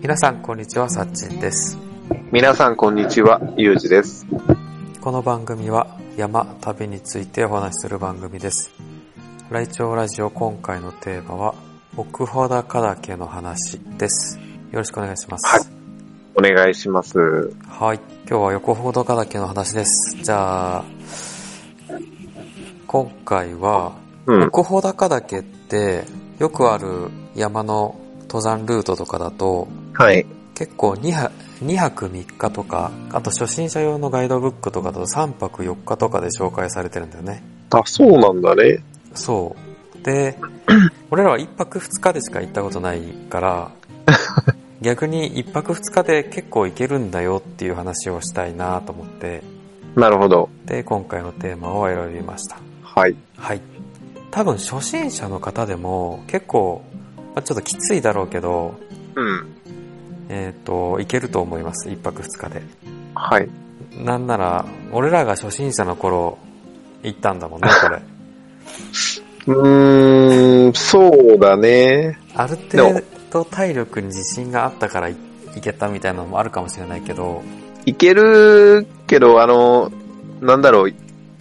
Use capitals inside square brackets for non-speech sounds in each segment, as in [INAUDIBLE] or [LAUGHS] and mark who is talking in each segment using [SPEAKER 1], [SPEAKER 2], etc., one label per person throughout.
[SPEAKER 1] 皆さんこんにちは、さっちんです。
[SPEAKER 2] 皆さん、こんにちは。ゆうじです。
[SPEAKER 1] この番組は山、旅についてお話しする番組です。来庁ラジオ今回のテーマは、奥穂高岳の話です。よろしくお願いします。
[SPEAKER 2] はいお願いします。
[SPEAKER 1] はい。今日は横歩道か岳の話です。じゃあ、今回は、
[SPEAKER 2] うん。
[SPEAKER 1] 横歩高岳って、よくある山の登山ルートとかだと、
[SPEAKER 2] はい。
[SPEAKER 1] 結構 2, 泊2泊3日とか、あと初心者用のガイドブックとかだと3泊4日とかで紹介されてるんだよね。
[SPEAKER 2] あ、そうなんだね。
[SPEAKER 1] そう。で、俺らは1泊2日でしか行ったことないから、逆に1泊2日で結構行けるんだよっていう話をしたいなと思って、
[SPEAKER 2] なるほど。
[SPEAKER 1] で今回のテーマを選びました
[SPEAKER 2] はい。
[SPEAKER 1] はい多分初心者の方でも結構、まあ、ちょっときついだろうけど
[SPEAKER 2] うん。
[SPEAKER 1] えっ、といけると思います1泊2日で
[SPEAKER 2] はい。
[SPEAKER 1] なんなら俺らが初心者の頃行ったんだもん
[SPEAKER 2] [LAUGHS]
[SPEAKER 1] ねこれ
[SPEAKER 2] うーん、そうだね。
[SPEAKER 1] ある程度体力に自信があったからい行けたみたいなのもあるかもしれないけど
[SPEAKER 2] いけるけど、あの、なんだろう。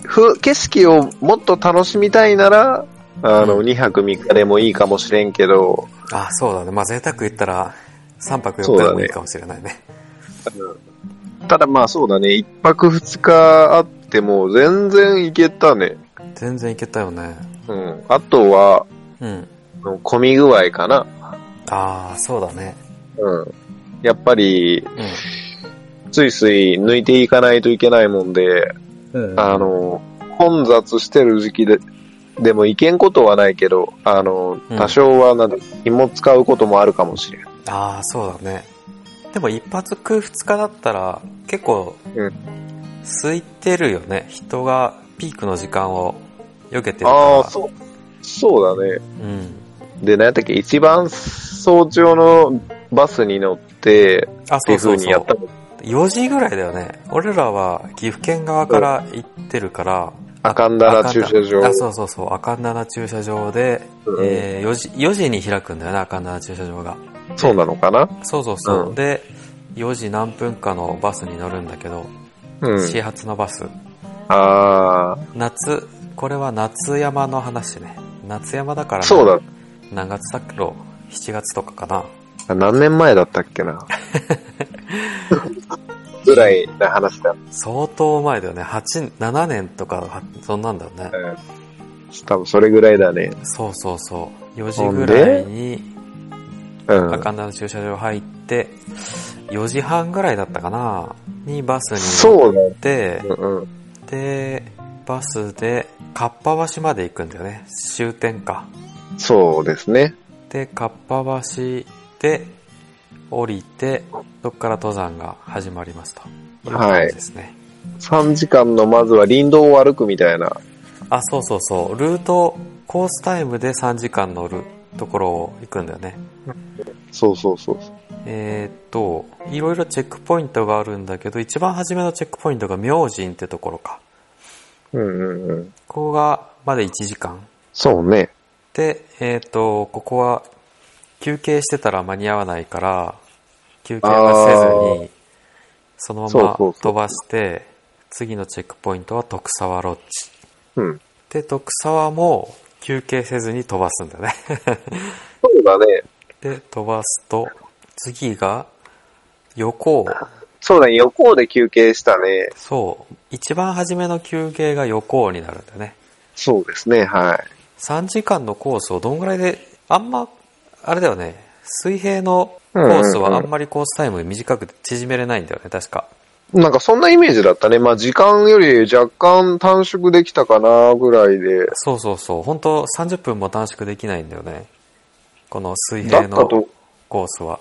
[SPEAKER 2] ふ、景色をもっと楽しみたいなら、あの、
[SPEAKER 1] うん
[SPEAKER 2] 2泊3日でもいいかもしれんけど、
[SPEAKER 1] あそうだねまあ贅沢言ったら3泊
[SPEAKER 2] そ
[SPEAKER 1] 4
[SPEAKER 2] う
[SPEAKER 1] 日
[SPEAKER 2] だ
[SPEAKER 1] で
[SPEAKER 2] ね
[SPEAKER 1] もいいかもしれないね
[SPEAKER 2] ただまあそうだね、1泊2日あっても全然いけたね。
[SPEAKER 1] 全然行けたよね
[SPEAKER 2] うん。あとは、
[SPEAKER 1] うん
[SPEAKER 2] あの混み具合かな。
[SPEAKER 1] ああそうだね
[SPEAKER 2] うん。やっぱり、
[SPEAKER 1] うん
[SPEAKER 2] ついつい抜いていかないといけないもんで、あの、混雑してる時期で、でも行けんことはないけど、あの、
[SPEAKER 1] うん
[SPEAKER 2] 多少はなんだ、紐使うこともあるかもしれん。
[SPEAKER 1] ああ、そうだね。でも一発空2日だったら結構
[SPEAKER 2] うん
[SPEAKER 1] 空いてるよね。人がピークの時間を避けてるから。
[SPEAKER 2] ああ、そう。そうだね。
[SPEAKER 1] うん。
[SPEAKER 2] で、何やったっけ、一番早朝のバスに乗って、
[SPEAKER 1] あ、
[SPEAKER 2] って
[SPEAKER 1] そそう
[SPEAKER 2] いうう風に
[SPEAKER 1] そ
[SPEAKER 2] や
[SPEAKER 1] う
[SPEAKER 2] った。の
[SPEAKER 1] 4時ぐらいだよね。俺らは岐阜県側から行ってるから。
[SPEAKER 2] あアカンダラ駐車場
[SPEAKER 1] あ、そうそうそう。アカンダラ駐車場で、
[SPEAKER 2] うん
[SPEAKER 1] えー4時、4時に開くんだよね、アカンダラ駐車場が。
[SPEAKER 2] そうなのかな
[SPEAKER 1] そうそうそう。
[SPEAKER 2] うん
[SPEAKER 1] で、4時何分かのバスに乗るんだけど、
[SPEAKER 2] うん。
[SPEAKER 1] 始発のバス。
[SPEAKER 2] あ
[SPEAKER 1] 夏これは夏山の話ね夏山だか
[SPEAKER 2] あ、
[SPEAKER 1] ら
[SPEAKER 2] そうだ。
[SPEAKER 1] 何月だろう7月とかかな
[SPEAKER 2] 何年前だったっけな。 [LAUGHS] ぐらいな話だ。
[SPEAKER 1] 相当前だよね87年とかはそんなんだよね
[SPEAKER 2] 多分それぐらいだね。
[SPEAKER 1] そうそうそう4時ぐらいに
[SPEAKER 2] うん。
[SPEAKER 1] 赤んだの駐車場入って4時半ぐらいだったかなにバスに乗
[SPEAKER 2] そうだね。
[SPEAKER 1] って
[SPEAKER 2] うんうん。
[SPEAKER 1] でバスでかっぱ橋まで行くんだよね終点か
[SPEAKER 2] そうですね。
[SPEAKER 1] で、かっぱ橋で降りて、そこから登山が始まりますと。いう感じですね。
[SPEAKER 2] 3時間のまずは林道を歩くみたいな。
[SPEAKER 1] あ、そうそうそう。ルート、コースタイムで3時間乗るところを行くんだよね。
[SPEAKER 2] そうそうそう。
[SPEAKER 1] えーっと、いろいろチェックポイントがあるんだけど、一番初めのチェックポイントが明神ってところか。
[SPEAKER 2] うんうんうん。
[SPEAKER 1] ここが、まで1時間。
[SPEAKER 2] そうね。
[SPEAKER 1] で、えーっと、ここは休憩してたら間に合わないから、休憩はせずに、その
[SPEAKER 2] そう
[SPEAKER 1] ま
[SPEAKER 2] そ
[SPEAKER 1] ま
[SPEAKER 2] うそう
[SPEAKER 1] 飛ばして、次のチェックポイントは徳沢ロッジ。
[SPEAKER 2] うん。
[SPEAKER 1] で、徳沢も休憩せずに飛ばすんだね。 [LAUGHS]
[SPEAKER 2] そうだね。
[SPEAKER 1] で、飛ばすと、次が横尾。
[SPEAKER 2] そうだね。横尾で休憩したね。
[SPEAKER 1] そう。一番初めの休憩が横尾になるんだよね。
[SPEAKER 2] そうですね。はい。
[SPEAKER 1] 3時間のコースをどんぐらいで、あんま、あれだよね、水平のコース
[SPEAKER 2] うんうん
[SPEAKER 1] は
[SPEAKER 2] う
[SPEAKER 1] あ
[SPEAKER 2] ん
[SPEAKER 1] んまりコースタイム短くて縮めれないんだよね、確か。
[SPEAKER 2] なんかそんなイメージだったね。まあ時間より若干短縮できたかなぐらいで。
[SPEAKER 1] そうそうそう、本当30分も短縮できないんだよね。この水
[SPEAKER 2] だ
[SPEAKER 1] 平
[SPEAKER 2] った
[SPEAKER 1] の
[SPEAKER 2] と、
[SPEAKER 1] コースは。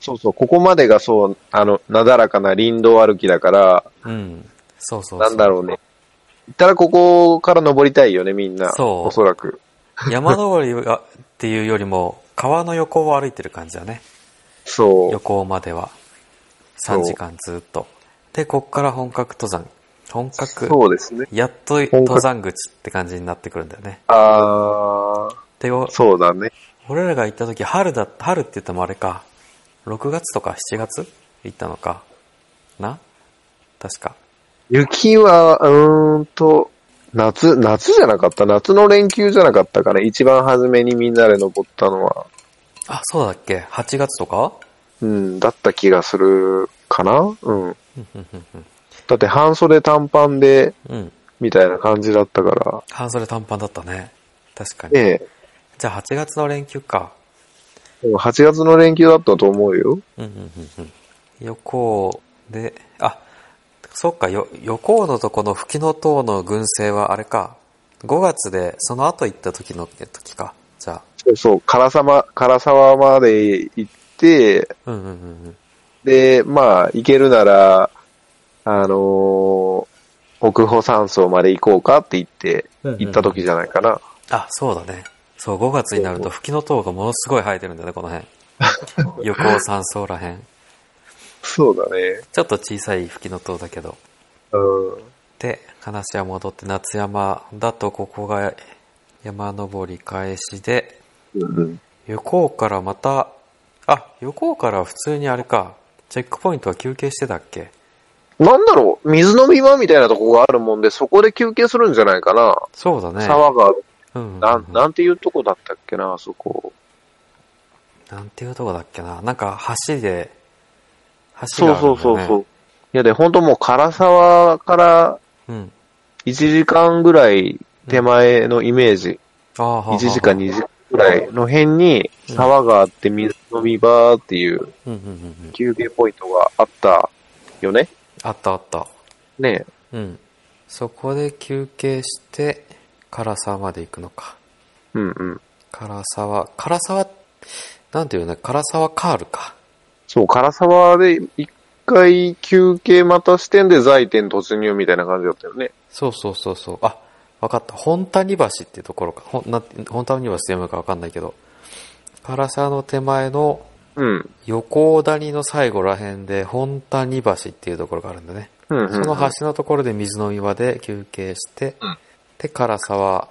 [SPEAKER 2] そうそう、ここまでがそう、あの、なだらかな林道歩きだから、
[SPEAKER 1] うん。そうそう
[SPEAKER 2] な
[SPEAKER 1] そ
[SPEAKER 2] ん
[SPEAKER 1] う。
[SPEAKER 2] だろうね。行ったらここから登りたいよね、みんな。
[SPEAKER 1] そう
[SPEAKER 2] おそらく。
[SPEAKER 1] 山登りがっていうよりも、川の横を歩いてる感じだね。
[SPEAKER 2] そう。
[SPEAKER 1] 横までは。
[SPEAKER 2] そう
[SPEAKER 1] 3時間ずっと。で、こっから本格登山。本格、
[SPEAKER 2] そうですね。
[SPEAKER 1] やっと
[SPEAKER 2] 格
[SPEAKER 1] 登山口って感じになってくるんだよね。
[SPEAKER 2] あー、
[SPEAKER 1] で、お
[SPEAKER 2] そうだね。
[SPEAKER 1] 俺らが行った時、春だ、春って言ってもあれか。 6月とか7月行ったのかな確か。
[SPEAKER 2] 雪は、うーんと、夏、夏じゃなかった夏の連休じゃなかったかな一番初めにみんなで登ったのは。
[SPEAKER 1] あ、そうだっけ ?8 月とか
[SPEAKER 2] うん、だった気がするかなうん。だって半袖短パンで、
[SPEAKER 1] うん。
[SPEAKER 2] みたいな感じだったから。
[SPEAKER 1] 半袖短パンだったね。確かに。
[SPEAKER 2] ね
[SPEAKER 1] じゃあ8月の連休か。
[SPEAKER 2] え、でも8月の連休だったと思うよ。
[SPEAKER 1] うんうんうんうん。予行で、あ、そっか、よ予行のとこの吹きの塔の群生はあれか。5月で、その後行った時の時か。じゃ
[SPEAKER 2] そうそう、唐沢、唐沢まで行って、
[SPEAKER 1] あ。うんうんうん
[SPEAKER 2] で、まあ、行けるなら、あのー北保山荘まで行こうかって言って、
[SPEAKER 3] うんうん
[SPEAKER 2] 行った時じゃないかな。
[SPEAKER 1] あ、そうだね。そう、5月になると吹きの塔がものすごい生えてるんだよね、この [LAUGHS] 辺。横山荘ら辺。
[SPEAKER 2] そうだね。
[SPEAKER 1] ちょっと小さい吹きの塔だけど。
[SPEAKER 2] うん。
[SPEAKER 1] で、話は戻って夏山だとここが山登り返しで、
[SPEAKER 2] うん、
[SPEAKER 1] 横からまた、あ、横から普通にあれか、チェックポイントは休憩してたっけ
[SPEAKER 2] なんだろう、水飲み場みたいなとこがあるもんで、そこで休憩するんじゃないかな。
[SPEAKER 1] そうだね。
[SPEAKER 2] 沢がある。
[SPEAKER 1] うんうんうん、
[SPEAKER 2] な、
[SPEAKER 1] なん
[SPEAKER 2] なんていうとこだったっけな、あそこ。
[SPEAKER 1] んていうとこだっけな。なんか橋で、橋
[SPEAKER 2] そ
[SPEAKER 1] が
[SPEAKER 2] う
[SPEAKER 1] ある
[SPEAKER 2] そ
[SPEAKER 1] ん
[SPEAKER 2] う
[SPEAKER 1] だよ
[SPEAKER 2] そ
[SPEAKER 1] ね。
[SPEAKER 2] うそう。いや、で、ほんともう唐沢から
[SPEAKER 1] うん。
[SPEAKER 2] 1時間ぐらい手前のイメージ。
[SPEAKER 1] あーはあはあ
[SPEAKER 2] 1時間2時間ぐらいの辺に沢があって水飲み場っていう
[SPEAKER 1] うんうんうんうん。
[SPEAKER 2] 休憩ポイントがあったよね。
[SPEAKER 1] あったあった。
[SPEAKER 2] ね
[SPEAKER 1] うん。そこで休憩して、唐沢まで行くのか。
[SPEAKER 2] うんうん。
[SPEAKER 1] 唐沢、唐沢、なんていうのね、唐沢カールか。
[SPEAKER 2] そう、唐沢で一回休憩またしてんで在店突入みたいな感じだったよね。
[SPEAKER 1] そうそうそうそう。あ、わかった。本谷橋っていうところか。ほんな本谷橋って読むかわかんないけど。唐沢の手前の
[SPEAKER 2] うん。
[SPEAKER 1] 横谷の最後ら辺で本谷橋っていうところがあるんだね。
[SPEAKER 2] うん、うん。
[SPEAKER 1] その橋のところで水飲み場で休憩して、
[SPEAKER 2] うん
[SPEAKER 1] で、唐沢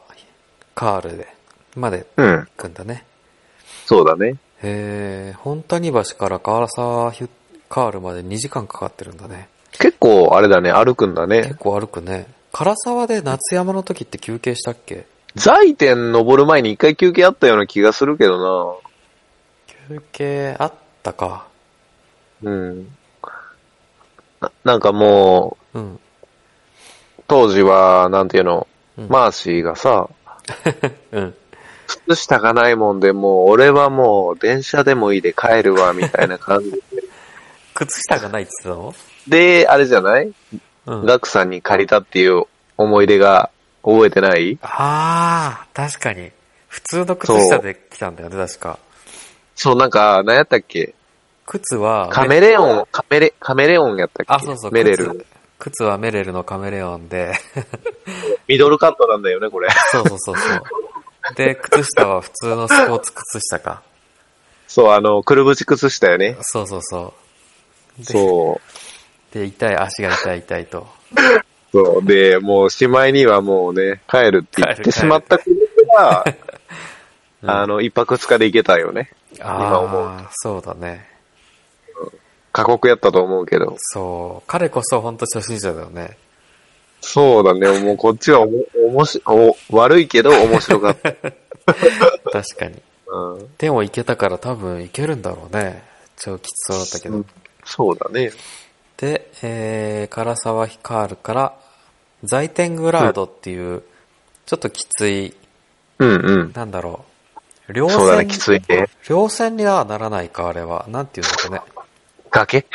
[SPEAKER 1] カールで、まで
[SPEAKER 2] うん。
[SPEAKER 1] 行くんだね。
[SPEAKER 2] そうだね。
[SPEAKER 1] へえ、本谷橋から唐沢ヒュカールまで2時間かかってるんだね。
[SPEAKER 2] 結構あれだね、歩くんだ
[SPEAKER 1] 結
[SPEAKER 2] ね。
[SPEAKER 1] 構歩くね。唐沢で夏山の時って休憩したっけ
[SPEAKER 2] 在店登る前に一回休憩あったような気がするけど
[SPEAKER 1] 休憩あったか。
[SPEAKER 2] なうん。ななんかもう、
[SPEAKER 1] うん。
[SPEAKER 2] 当時は、なんていうの、
[SPEAKER 1] うん
[SPEAKER 2] マーシーがさ、
[SPEAKER 1] うん。
[SPEAKER 2] 靴下がないもんで、もう俺はもう電車でもいいで帰るわ、みたいな
[SPEAKER 1] [LAUGHS]
[SPEAKER 2] 感じで。
[SPEAKER 1] 靴下がないって言って
[SPEAKER 2] で、あれじゃない、
[SPEAKER 1] たのうん。あ
[SPEAKER 2] ガクさんに借りたっていう思い出が覚えてない
[SPEAKER 1] あー、確かに。普通の靴下で来たんだよね、確か。
[SPEAKER 2] そう、なんか、何やったっけ
[SPEAKER 1] 靴は、
[SPEAKER 2] カメレオン、カメレ、カメレオンやったっけ
[SPEAKER 1] あ、そうそう、
[SPEAKER 2] メレ
[SPEAKER 1] 靴
[SPEAKER 2] ル。。
[SPEAKER 1] 靴はメレルのカメレオンで、 [LAUGHS]
[SPEAKER 2] ミドルカットなんだよね、これ。 [LAUGHS]
[SPEAKER 1] そうそうそうそう。で、靴下は普通のスポーツ靴下か。
[SPEAKER 2] そう、あの、くるぶち靴下よね。
[SPEAKER 1] そうそうそう。
[SPEAKER 2] そう。
[SPEAKER 1] で、痛い、足が痛い痛いと。
[SPEAKER 2] そう。で、もう、しまいにはもうね、帰るって言
[SPEAKER 1] 帰る
[SPEAKER 2] っ
[SPEAKER 1] 帰る
[SPEAKER 2] てしまったこと [LAUGHS] が、
[SPEAKER 1] うん
[SPEAKER 2] あの、一泊二日で行けたよね。今思う
[SPEAKER 1] ああ、そうだね。
[SPEAKER 2] 過酷やったと思うけど。
[SPEAKER 1] そう。彼こそ本当初心者だよね。
[SPEAKER 2] そうだね。もうこっちはおも、おもし、お、悪いけど面白かった。
[SPEAKER 1] 確かに。
[SPEAKER 2] [LAUGHS] うん。
[SPEAKER 1] でも行けたから多分行けるんだろうね。超きつそうだったけど。
[SPEAKER 2] そうだね。
[SPEAKER 1] で、えー、唐沢ヒカールから、ザイテングラードっていう、ちょっときつい、
[SPEAKER 2] うんうん。
[SPEAKER 1] なんだろう。稜
[SPEAKER 2] そうだね、
[SPEAKER 1] 線、
[SPEAKER 2] きついね。
[SPEAKER 1] 稜線にはならないか、あれは。なんていうんだっけね。
[SPEAKER 2] [LAUGHS] 崖
[SPEAKER 1] ち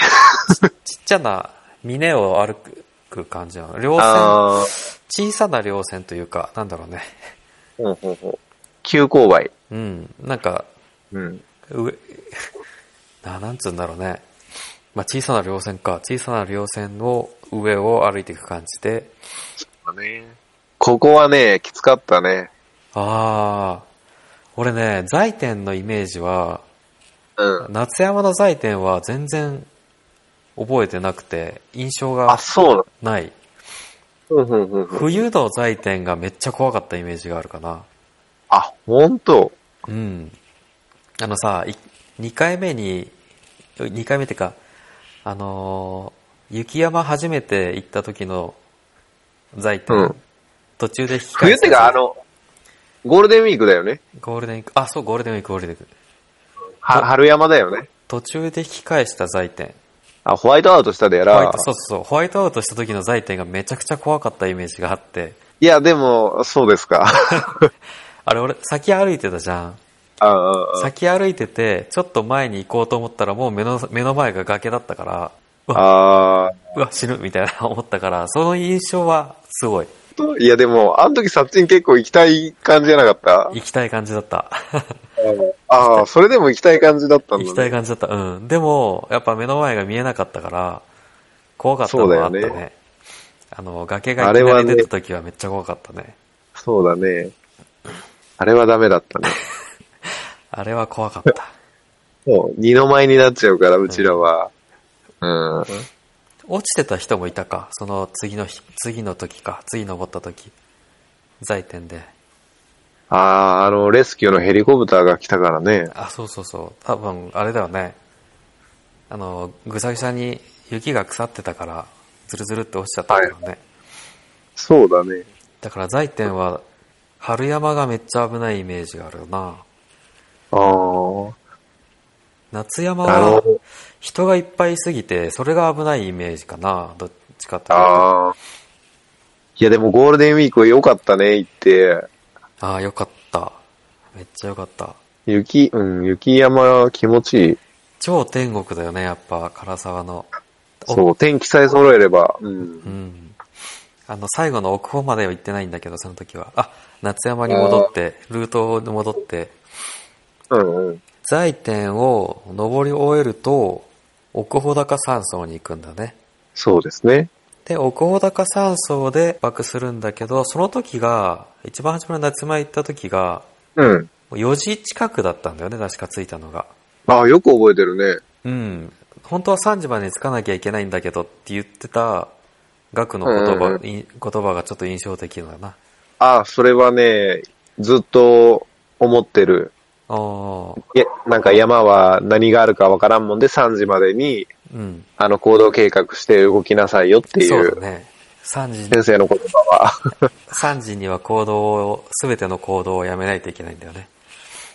[SPEAKER 1] っちゃな峰を歩く感じなの。稜線、
[SPEAKER 2] ああ。
[SPEAKER 1] 小さな稜線というか、なんだろうね。
[SPEAKER 2] うんうんうん。急勾配。
[SPEAKER 1] うん。なんか、
[SPEAKER 2] うん。
[SPEAKER 1] 上、 [LAUGHS] な、なんつうんだろうね。まあ、小さな稜線か。小さな稜線の上を歩いていく感じで。
[SPEAKER 2] だね。ここはね、きつかったね。
[SPEAKER 1] ああ、俺ね、財天のイメージは、
[SPEAKER 2] うん。
[SPEAKER 1] 夏山の財天は全然覚えてなくて、印象
[SPEAKER 2] あ、
[SPEAKER 1] が
[SPEAKER 2] そうだ。
[SPEAKER 1] ない。
[SPEAKER 2] うんうんうんうん。
[SPEAKER 1] 冬の財天がめっちゃ怖かったイメージがあるかな。
[SPEAKER 2] あ、ほんと。
[SPEAKER 1] うん。あのさ、2回目に、と2回目ってか、あのー雪山初めて行った時の在と、
[SPEAKER 2] うん
[SPEAKER 1] 途中で引き
[SPEAKER 2] 冬ってか、あ、の、ゴールデンウィークだよね。
[SPEAKER 1] ゴールデンウィーク、あ、そう、ゴールデンウィーク、ゴールデンウィーク。
[SPEAKER 2] は春山だよね。
[SPEAKER 1] 途中で引き返した在店。
[SPEAKER 2] あ、ホワイトアウトしたでや
[SPEAKER 1] ホワイ
[SPEAKER 2] ら
[SPEAKER 1] ト、。そうそう、ホワイトアウトした時の在店がめちゃくちゃ怖かったイメージがあって、
[SPEAKER 2] いや、でも、そうで
[SPEAKER 1] [LAUGHS]
[SPEAKER 2] すか。
[SPEAKER 1] あれ俺、先歩いてたじゃん。
[SPEAKER 2] うんうんうん
[SPEAKER 1] 先歩いてて、ちょっと前に行こうと思ったらもう目の、目の前が崖だったから、うわ、
[SPEAKER 2] あ
[SPEAKER 1] うわ死ぬみたいな [LAUGHS] 思ったから、その印象はすごい。
[SPEAKER 2] ーいや、でも、あの時殺人結構行きたい感じじゃなかった
[SPEAKER 1] 行きたい感じだった。
[SPEAKER 2] ああ、それでも行きたい感じだったんだ、ね。
[SPEAKER 1] 行きたい感じだった。うん。でも、やっぱ目の前が見えなかったから、怖かったのもあった
[SPEAKER 2] そうだよ
[SPEAKER 1] ね。あの、崖がいき
[SPEAKER 2] あれ
[SPEAKER 1] な
[SPEAKER 2] は
[SPEAKER 1] り
[SPEAKER 2] ね
[SPEAKER 1] 出た時はめっちゃ怖かったね。
[SPEAKER 2] そうだね。あれはダメだったね。
[SPEAKER 1] あれは怖かった。
[SPEAKER 2] [LAUGHS] もう、二の舞になっちゃうから、うちらは。うん。
[SPEAKER 1] 落ちてた人もいたか。その次の日、次の時か。次登った時。在店で。
[SPEAKER 2] ああ、あの、レスキューのヘリコプターが来たからね。
[SPEAKER 1] あ、そうそうそう。多分、あれだよね。あの、ぐさぐさに雪が腐ってたから、ずるずるって落ちちゃったんだよね。
[SPEAKER 2] そうだね。
[SPEAKER 1] だから在店は、春山がめっちゃ危ないイメージがあるよな。
[SPEAKER 2] ああ。
[SPEAKER 1] 夏山
[SPEAKER 2] あ
[SPEAKER 1] は
[SPEAKER 2] の
[SPEAKER 1] 人がいっぱいいすぎて、それが危ないイメージかな。どっちかっていうと。
[SPEAKER 2] ああ。いや、でもゴールデンウィークは良かったね、行って。
[SPEAKER 1] ああ、よかった。めっちゃよかった。
[SPEAKER 2] 雪、うん、雪山気持ちいい。
[SPEAKER 1] 超天国だよね、やっぱ、唐沢の。お
[SPEAKER 2] そう、天気さえ揃えれば。うん
[SPEAKER 1] う。ん。あの、最後の奥方までは行ってないんだけど、その時は。あ、夏山に戻って、ルートに戻って、
[SPEAKER 2] うんうん。
[SPEAKER 1] 財天を登り終えると、奥穂高山荘に行くんだね。
[SPEAKER 2] そうですね。
[SPEAKER 1] で、奥穂高山荘でバックするんだけど、その時が、一番初めの夏前行った時が、
[SPEAKER 2] うん。
[SPEAKER 1] もう4時近くだったんだよね、確か着いたのが。
[SPEAKER 2] ああ、よく覚えてるね。
[SPEAKER 1] うん。本当は3時までに着かなきゃいけないんだけどって言ってた、額の言葉、
[SPEAKER 2] うん
[SPEAKER 1] い言葉がちょっと印象的だな。
[SPEAKER 2] ああ、それはね、ずっと思ってる。
[SPEAKER 1] ああ、
[SPEAKER 2] いや、なんか山は何があるかわからんもんで3時までに、
[SPEAKER 1] うん。
[SPEAKER 2] あの行動計画して動きなさいよってい
[SPEAKER 1] そうだ
[SPEAKER 2] う
[SPEAKER 1] ね。3時に、
[SPEAKER 2] 先生の言葉は。 [LAUGHS]
[SPEAKER 1] 3時には行動を、すべての行動をやめないといけないんだよね。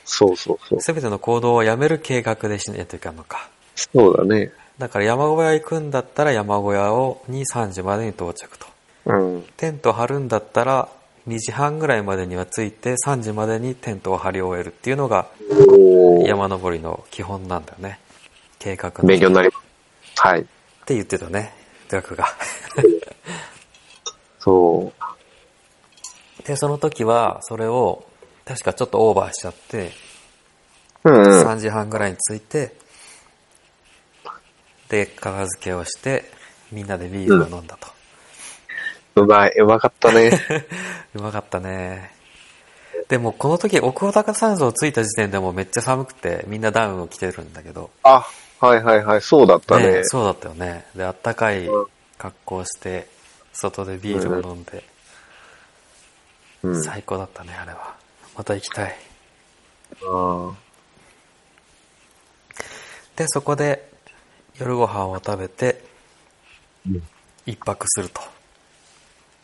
[SPEAKER 2] そうそうそう。
[SPEAKER 1] すべての行動をやめる計画でしないといかんのか。
[SPEAKER 2] そうだね。
[SPEAKER 1] だから山小屋行くんだったら山小屋をに3時までに到着と。
[SPEAKER 2] うん。
[SPEAKER 1] テント張るんだったら2時半ぐらいまでには着いて3時までにテントを張り終えるっていうのが
[SPEAKER 2] おー
[SPEAKER 1] 山登りの基本なんだよね。計画の。
[SPEAKER 2] 勉強に
[SPEAKER 1] っ
[SPEAKER 2] なります。はい。
[SPEAKER 1] て言ってたね。学が。 [LAUGHS]
[SPEAKER 2] そう。
[SPEAKER 1] で、その時はそれを確かちょっとオーバーしちゃって、
[SPEAKER 2] うんうん。
[SPEAKER 1] 3時半ぐらいに着いて、で、片付けをして、みんなでビールを飲んだと。
[SPEAKER 2] うまい。うまかったね。
[SPEAKER 1] うまかったね。でもこの時、奥穂高山荘着いた時点でもうめっちゃ寒くて、みんなダウンを着てるんだけど、
[SPEAKER 2] [LAUGHS] あ、はいはいはい。そうだったね。
[SPEAKER 1] ねそうだったよね。で、あったかい格好をして、外でビールを飲んで、
[SPEAKER 2] うん。
[SPEAKER 1] 最高だったね、あれは。また行きたい。
[SPEAKER 2] あ
[SPEAKER 1] で、そこで夜ご飯を食べて
[SPEAKER 2] うん、
[SPEAKER 1] 一泊すると。
[SPEAKER 2] ー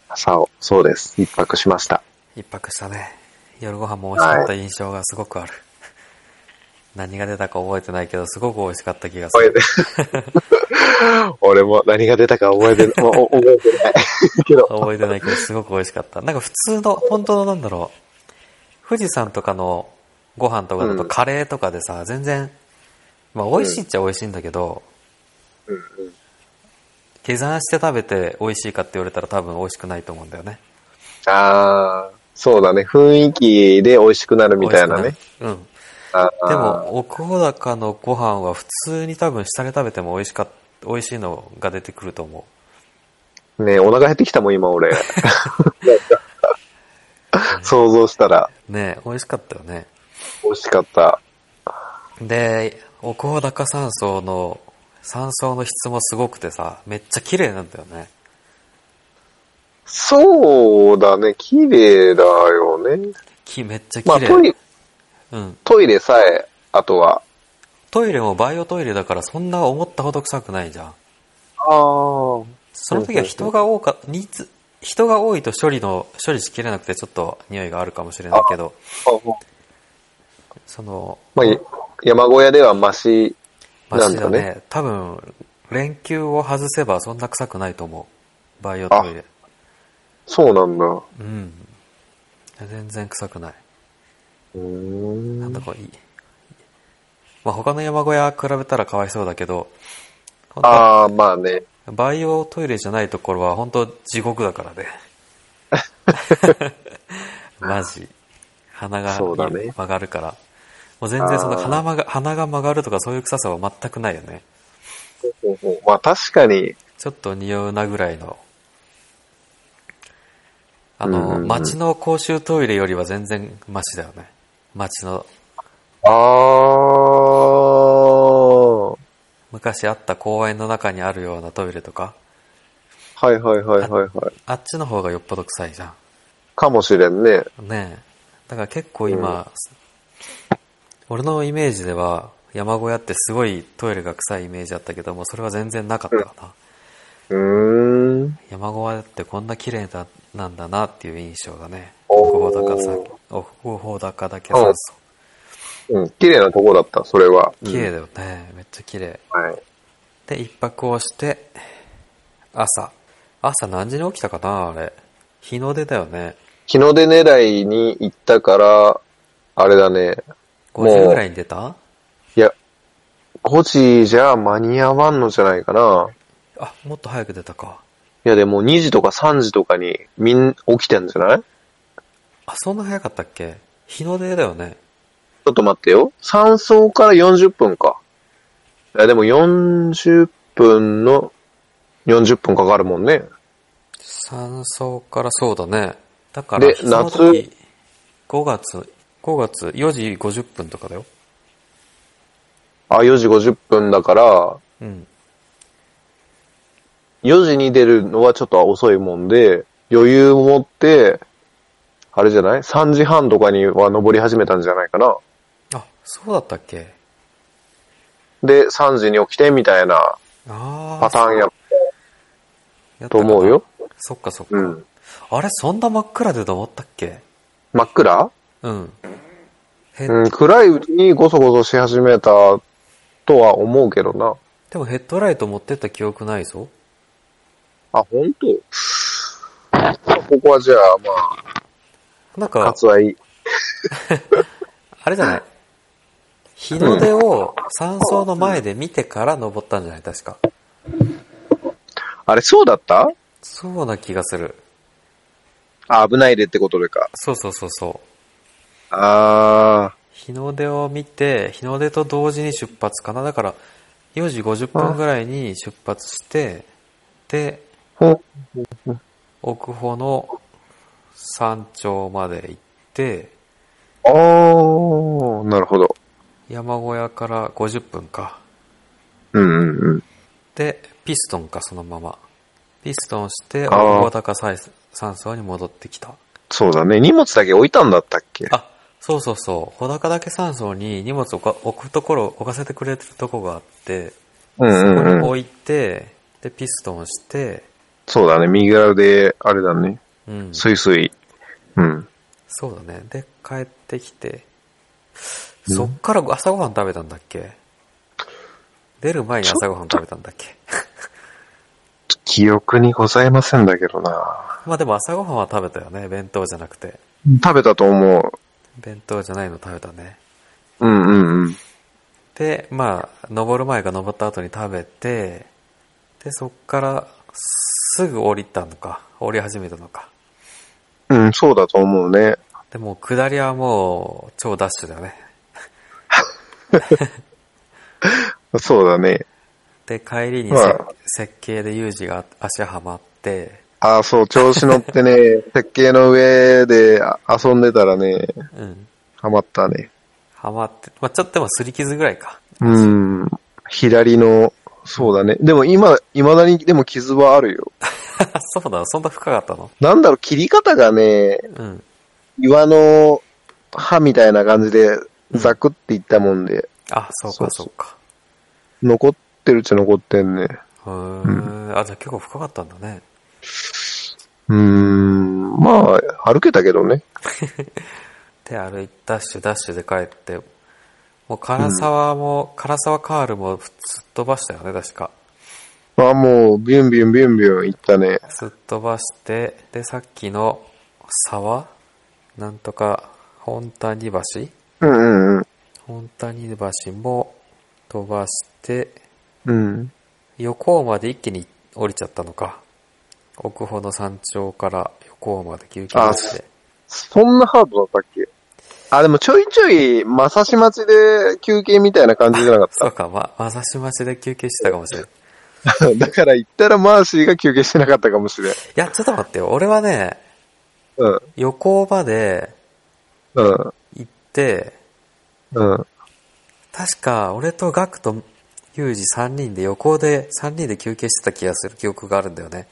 [SPEAKER 2] 朝を、そうです。一泊しました。
[SPEAKER 1] 一泊したね。夜ご飯も美味しかった印象がすごくある。何が出たか覚えてないけど、すごく美味しかった気がする。
[SPEAKER 2] [LAUGHS] 俺も何が出たか覚えて [LAUGHS] ない。おお覚えてない。けど、
[SPEAKER 1] 覚えてないけど、すごく美味しかった。なんか普通の、本当のなんだろう、富士山とかのご飯とかだと
[SPEAKER 2] うん
[SPEAKER 1] カレーとかでさ、全然、まあ美味しいっちゃ美味しいんだけど、
[SPEAKER 2] うんうん
[SPEAKER 1] 下山して食べて美味しいかって言われたら多分美味しくないと思うんだよね。
[SPEAKER 2] ああ、そうだね。雰囲気で美味しくなるみたいな
[SPEAKER 1] 美
[SPEAKER 2] ね
[SPEAKER 1] 味。しくない。うん。
[SPEAKER 2] あー
[SPEAKER 1] で、も、奥穂高のご飯は普通に多分下で食べても美味しかっ、美味しいのが出てくると思
[SPEAKER 2] ねお腹減ってきたもん、今 [LAUGHS] 俺。想像したら、
[SPEAKER 1] う。ねえ美味しかったよね。
[SPEAKER 2] 美味しかった。
[SPEAKER 1] で、奥穂高山荘の、山荘の質もすごくてさ、めっちゃ綺麗なんだよね。
[SPEAKER 2] そうだね、綺麗だよね。
[SPEAKER 1] きめっちゃ綺
[SPEAKER 2] まあ、
[SPEAKER 1] 麗、
[SPEAKER 2] トイレ、
[SPEAKER 1] うん。
[SPEAKER 2] トイレさえ、あとは、
[SPEAKER 1] トイレもバイオトイレだからそんな思ったほど臭くないじゃん。
[SPEAKER 2] ああ。
[SPEAKER 1] その時は人が多か、ニーズ人が多いと処理の、処理しきれなくてちょっと匂いがあるかもしれないけど、その、
[SPEAKER 2] まあ、山小屋ではマシ
[SPEAKER 1] マ
[SPEAKER 2] な
[SPEAKER 1] シ
[SPEAKER 2] ん
[SPEAKER 1] だ
[SPEAKER 2] だ
[SPEAKER 1] ね。
[SPEAKER 2] ね。
[SPEAKER 1] 多分、連休を外せばそんな臭くないと思う。バイオトイレ。
[SPEAKER 2] そうなんだ。う
[SPEAKER 1] うん。全然臭くない。
[SPEAKER 2] ーん
[SPEAKER 1] なんだこういい。まあ、他の山小屋比べたらかわいそうだけど、本
[SPEAKER 2] ああ、まあね。
[SPEAKER 1] 当バイオトイレじゃないところは本当地獄だ
[SPEAKER 2] [LAUGHS]
[SPEAKER 1] からね。マジ。鼻が
[SPEAKER 2] そうだね
[SPEAKER 1] 曲がるから。もう全然その
[SPEAKER 2] あー
[SPEAKER 1] 鼻まが、鼻が曲がるとかそういう臭さは全くないよね。
[SPEAKER 2] ほうほうまあ確かに、
[SPEAKER 1] ちょっと匂うなぐらいの。あの、
[SPEAKER 2] うんうんうん
[SPEAKER 1] 街の公衆トイレよりは全然マシだよね。街の、
[SPEAKER 2] ああ、は
[SPEAKER 1] 昔あった公園の中にあるようなトイレとか、
[SPEAKER 2] いはいはいはいはい。
[SPEAKER 1] あっちの方がよっぽど臭いじゃ
[SPEAKER 2] かもしれんね。
[SPEAKER 1] ん。ねえ。だから結構今、俺のイメージでは、山小屋ってすごいトイレが臭いイメージあったけども、それは全然なかったかな。
[SPEAKER 2] うーん。
[SPEAKER 1] 山小屋ってこんな綺麗だなんだなっていう印象がね。
[SPEAKER 2] おー
[SPEAKER 1] 奥穂高さ、奥穂高だけ山荘。
[SPEAKER 2] うん、綺麗なとこだった、それは。
[SPEAKER 1] 綺麗だよね、めっちゃ綺麗
[SPEAKER 2] うんはい。
[SPEAKER 1] で一泊をして朝朝何時に起きたかなあれ日の出だよね
[SPEAKER 2] 日の出狙いに行ったから、あれだね。
[SPEAKER 1] 5
[SPEAKER 2] もう
[SPEAKER 1] 時ぐらいに出た
[SPEAKER 2] いや、5時じゃ間に合わんのじゃないかな。
[SPEAKER 1] あもっと早く出たか
[SPEAKER 2] いやでも2時とか3時とかにみん起きてんじゃないち
[SPEAKER 1] あそんな早かったっけ日の出だよね
[SPEAKER 2] ょっと待ってよ。山荘から40分か。いやでも40分の40分かかるもんね。
[SPEAKER 1] 山荘からそうだねだから
[SPEAKER 2] で
[SPEAKER 1] その時5月5月4時50分とかだよ
[SPEAKER 2] あ、4時50分だから、
[SPEAKER 1] うん
[SPEAKER 2] 4時に出るのはちょっと遅いもんで、余裕を持って、あれじゃない ?3 時半とかには登り始めたんじゃないかな。
[SPEAKER 1] あそうだったっけ
[SPEAKER 2] で、3時に起きてみたいな
[SPEAKER 1] ああ
[SPEAKER 2] パターンや
[SPEAKER 1] やった
[SPEAKER 2] と
[SPEAKER 1] かな
[SPEAKER 2] 思うよ。
[SPEAKER 1] そっかそっか、
[SPEAKER 2] うん。
[SPEAKER 1] あれそんな真っ暗で登ったっけ
[SPEAKER 2] 真っ暗
[SPEAKER 1] うん。ヘッ
[SPEAKER 2] うん、暗いうちにごそごそし始めたとは思うけどな。
[SPEAKER 1] でもヘッドライト持ってった記憶ないぞ。
[SPEAKER 2] あ、本当。まあここはじゃあ、
[SPEAKER 1] なん
[SPEAKER 2] まあ、
[SPEAKER 1] か
[SPEAKER 2] カ、ツアイ。
[SPEAKER 1] あれじゃない日の出を山荘の前で見てから登ったんじゃない確か。
[SPEAKER 2] あれ、そうだった
[SPEAKER 1] そうな気がする。
[SPEAKER 2] あ、危ないでってことでか。
[SPEAKER 1] そうそうそうそう。
[SPEAKER 2] あ
[SPEAKER 1] 日の出を見て、日の出と同時に出発かな。だから、4時50分ぐらいに出発して、で、
[SPEAKER 2] ー。ほ
[SPEAKER 1] 奥穂の山頂まで行って、
[SPEAKER 2] あー、なるほど。
[SPEAKER 1] 山小屋から50分か。
[SPEAKER 2] うんうんうん。
[SPEAKER 1] で、ピストンか、そのまま。ピストンして、
[SPEAKER 2] あ
[SPEAKER 1] 大
[SPEAKER 2] ー
[SPEAKER 1] 高高さい山荘に戻ってきた。
[SPEAKER 2] そうだね。荷物だけ置いたんだったっけ
[SPEAKER 1] あ、そうそうそう。穂高岳山荘に荷物をか置くところ、置かせてくれてるとこがあって、
[SPEAKER 2] う
[SPEAKER 1] そこに
[SPEAKER 2] んうんうん。
[SPEAKER 1] 置いて、で、ピストンして、
[SPEAKER 2] そうだね。右側で、あれだね。
[SPEAKER 1] うん。
[SPEAKER 2] スイスイ。うん。
[SPEAKER 1] そうだね。で、帰ってきて、そっから朝ごはん食べたんだっけ出る前に朝ごはん食べたんだっけ [LAUGHS]
[SPEAKER 2] 記憶にございませんだけどな。
[SPEAKER 1] まあでも朝ごはんは食べたよね。弁当じゃなくて。
[SPEAKER 2] 食べたと思う。
[SPEAKER 1] 弁当じゃないの食べたね。
[SPEAKER 2] うんうんうん。
[SPEAKER 1] で、まあ、登る前か登った後に食べて、で、そっからすぐ降りたのか、降り始めたのか。
[SPEAKER 2] うん、そうだと思うね。
[SPEAKER 1] でも、下りはもう、超ダッシュだよね。
[SPEAKER 2] そうだね。
[SPEAKER 1] で、帰りにせ、
[SPEAKER 2] まあ
[SPEAKER 1] 設計で有事が足はまって、
[SPEAKER 2] ああ、そう、調子乗ってね、 [LAUGHS] 設計の上であ遊んでたらね、
[SPEAKER 1] うん。
[SPEAKER 2] ハマったね。
[SPEAKER 1] はまって、まあ、ちょっとでもすり傷ぐらい [LAUGHS] か。
[SPEAKER 2] うん。左の、そうだね。でも今、未だにでも傷はあるよ。
[SPEAKER 1] そうだ、そんな深かったの
[SPEAKER 2] なんだろう、切り方がね、
[SPEAKER 1] うん。
[SPEAKER 2] 岩の刃みたいな感じで、ザクっていったもんで、
[SPEAKER 1] あ、そうかそうか。
[SPEAKER 2] 残ってるっちゃ残ってんね。
[SPEAKER 1] へーあ、じゃあ結構深かったんだね。
[SPEAKER 2] うーん、まあ、歩けたけどね。
[SPEAKER 1] で、歩いて、ダッシュダッシュで帰って、もう唐沢も、唐沢カールもすっ飛ばしたよね、確か。
[SPEAKER 2] まあもう、ビュンビュンビュンビュン行ったね。
[SPEAKER 1] すっ飛ばして、で、さっきの沢なんとか、本谷橋
[SPEAKER 2] うんうんうん。
[SPEAKER 1] 本谷橋も飛ばして、
[SPEAKER 2] うん。
[SPEAKER 1] 横尾まで一気に降りちゃったのか。奥穂の山頂から横尾まで急遽出して。
[SPEAKER 2] そんなハードだったっけあ、でもちょいちょい、まさし待ちで休憩みたいな感じじゃなかっ
[SPEAKER 1] そうか、ま、まさしまちで休憩してたかもしれない。
[SPEAKER 2] [LAUGHS] た。だから行ったらマーシーが休憩してなかったかもしれん。
[SPEAKER 1] いや、ちょっと待ってよ。俺はね、
[SPEAKER 2] うん。
[SPEAKER 1] 横尾まで
[SPEAKER 2] うん。
[SPEAKER 1] 行って、
[SPEAKER 2] うん。
[SPEAKER 1] 確か俺とガクとユージ3人で横尾で3人で休憩してた気がする記憶があるんだよね。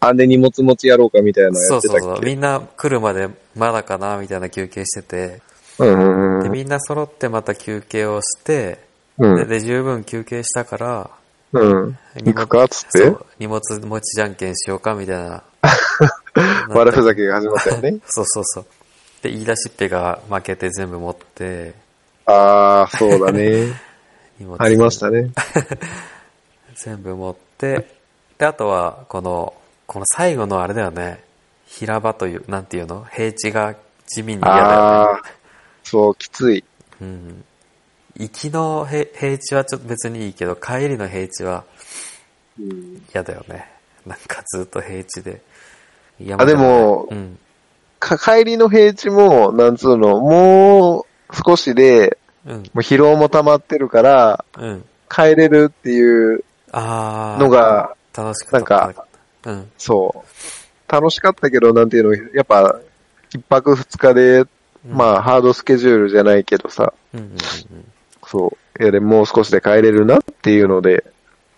[SPEAKER 2] あれ荷物持ちやろうかみたいなの
[SPEAKER 1] そ
[SPEAKER 2] やっ
[SPEAKER 1] う
[SPEAKER 2] て
[SPEAKER 1] そう
[SPEAKER 2] た
[SPEAKER 1] そ
[SPEAKER 2] っ
[SPEAKER 1] う。
[SPEAKER 2] け
[SPEAKER 1] みんな来るまでまだかなみたいな休憩してて、
[SPEAKER 2] うんうんう
[SPEAKER 1] で、
[SPEAKER 2] ん。
[SPEAKER 1] みんな揃ってまた休憩をして、
[SPEAKER 2] う
[SPEAKER 1] で、
[SPEAKER 2] ん。
[SPEAKER 1] で十分休憩したから、
[SPEAKER 2] うん。行くかっつっ
[SPEAKER 1] そ
[SPEAKER 2] て
[SPEAKER 1] う、荷物持ちじゃんけんしようかみたいな。。
[SPEAKER 2] 悪ふざけが始まったよ [LAUGHS] ね
[SPEAKER 1] そうそうそう。で、言い出しっぺが負けて全部持って、
[SPEAKER 2] ああ、そうだ [LAUGHS] ね。
[SPEAKER 1] 荷物
[SPEAKER 2] ありました [LAUGHS] ね。
[SPEAKER 1] 全部持って、で、あとは、この、この最後のあれだよね。平場という、なんていうの平地が地味に嫌だよね。
[SPEAKER 2] ああ、そう、きつい。
[SPEAKER 1] うん。行きの平平地はちょっと別にいいけど、帰りの平地は
[SPEAKER 2] うん
[SPEAKER 1] 嫌だよね。なんかずっと平地で。
[SPEAKER 2] あでも
[SPEAKER 1] うん。
[SPEAKER 2] か [LAUGHS] 帰りの平地も、なんつうの、もう少しで、
[SPEAKER 1] うん。
[SPEAKER 2] もう疲労も溜まってるから、
[SPEAKER 1] うん。
[SPEAKER 2] 帰れるっていう
[SPEAKER 1] ああ。
[SPEAKER 2] のが、
[SPEAKER 1] 楽しく
[SPEAKER 2] なんか、
[SPEAKER 1] うん。
[SPEAKER 2] そう、楽しかったけど、なんていうの、やっぱ、一泊二日で、まあ、ハードスケジュールじゃないけどさ、
[SPEAKER 1] うんうんうんうん。
[SPEAKER 2] そう、いやでもう少しで帰れるなっていうので、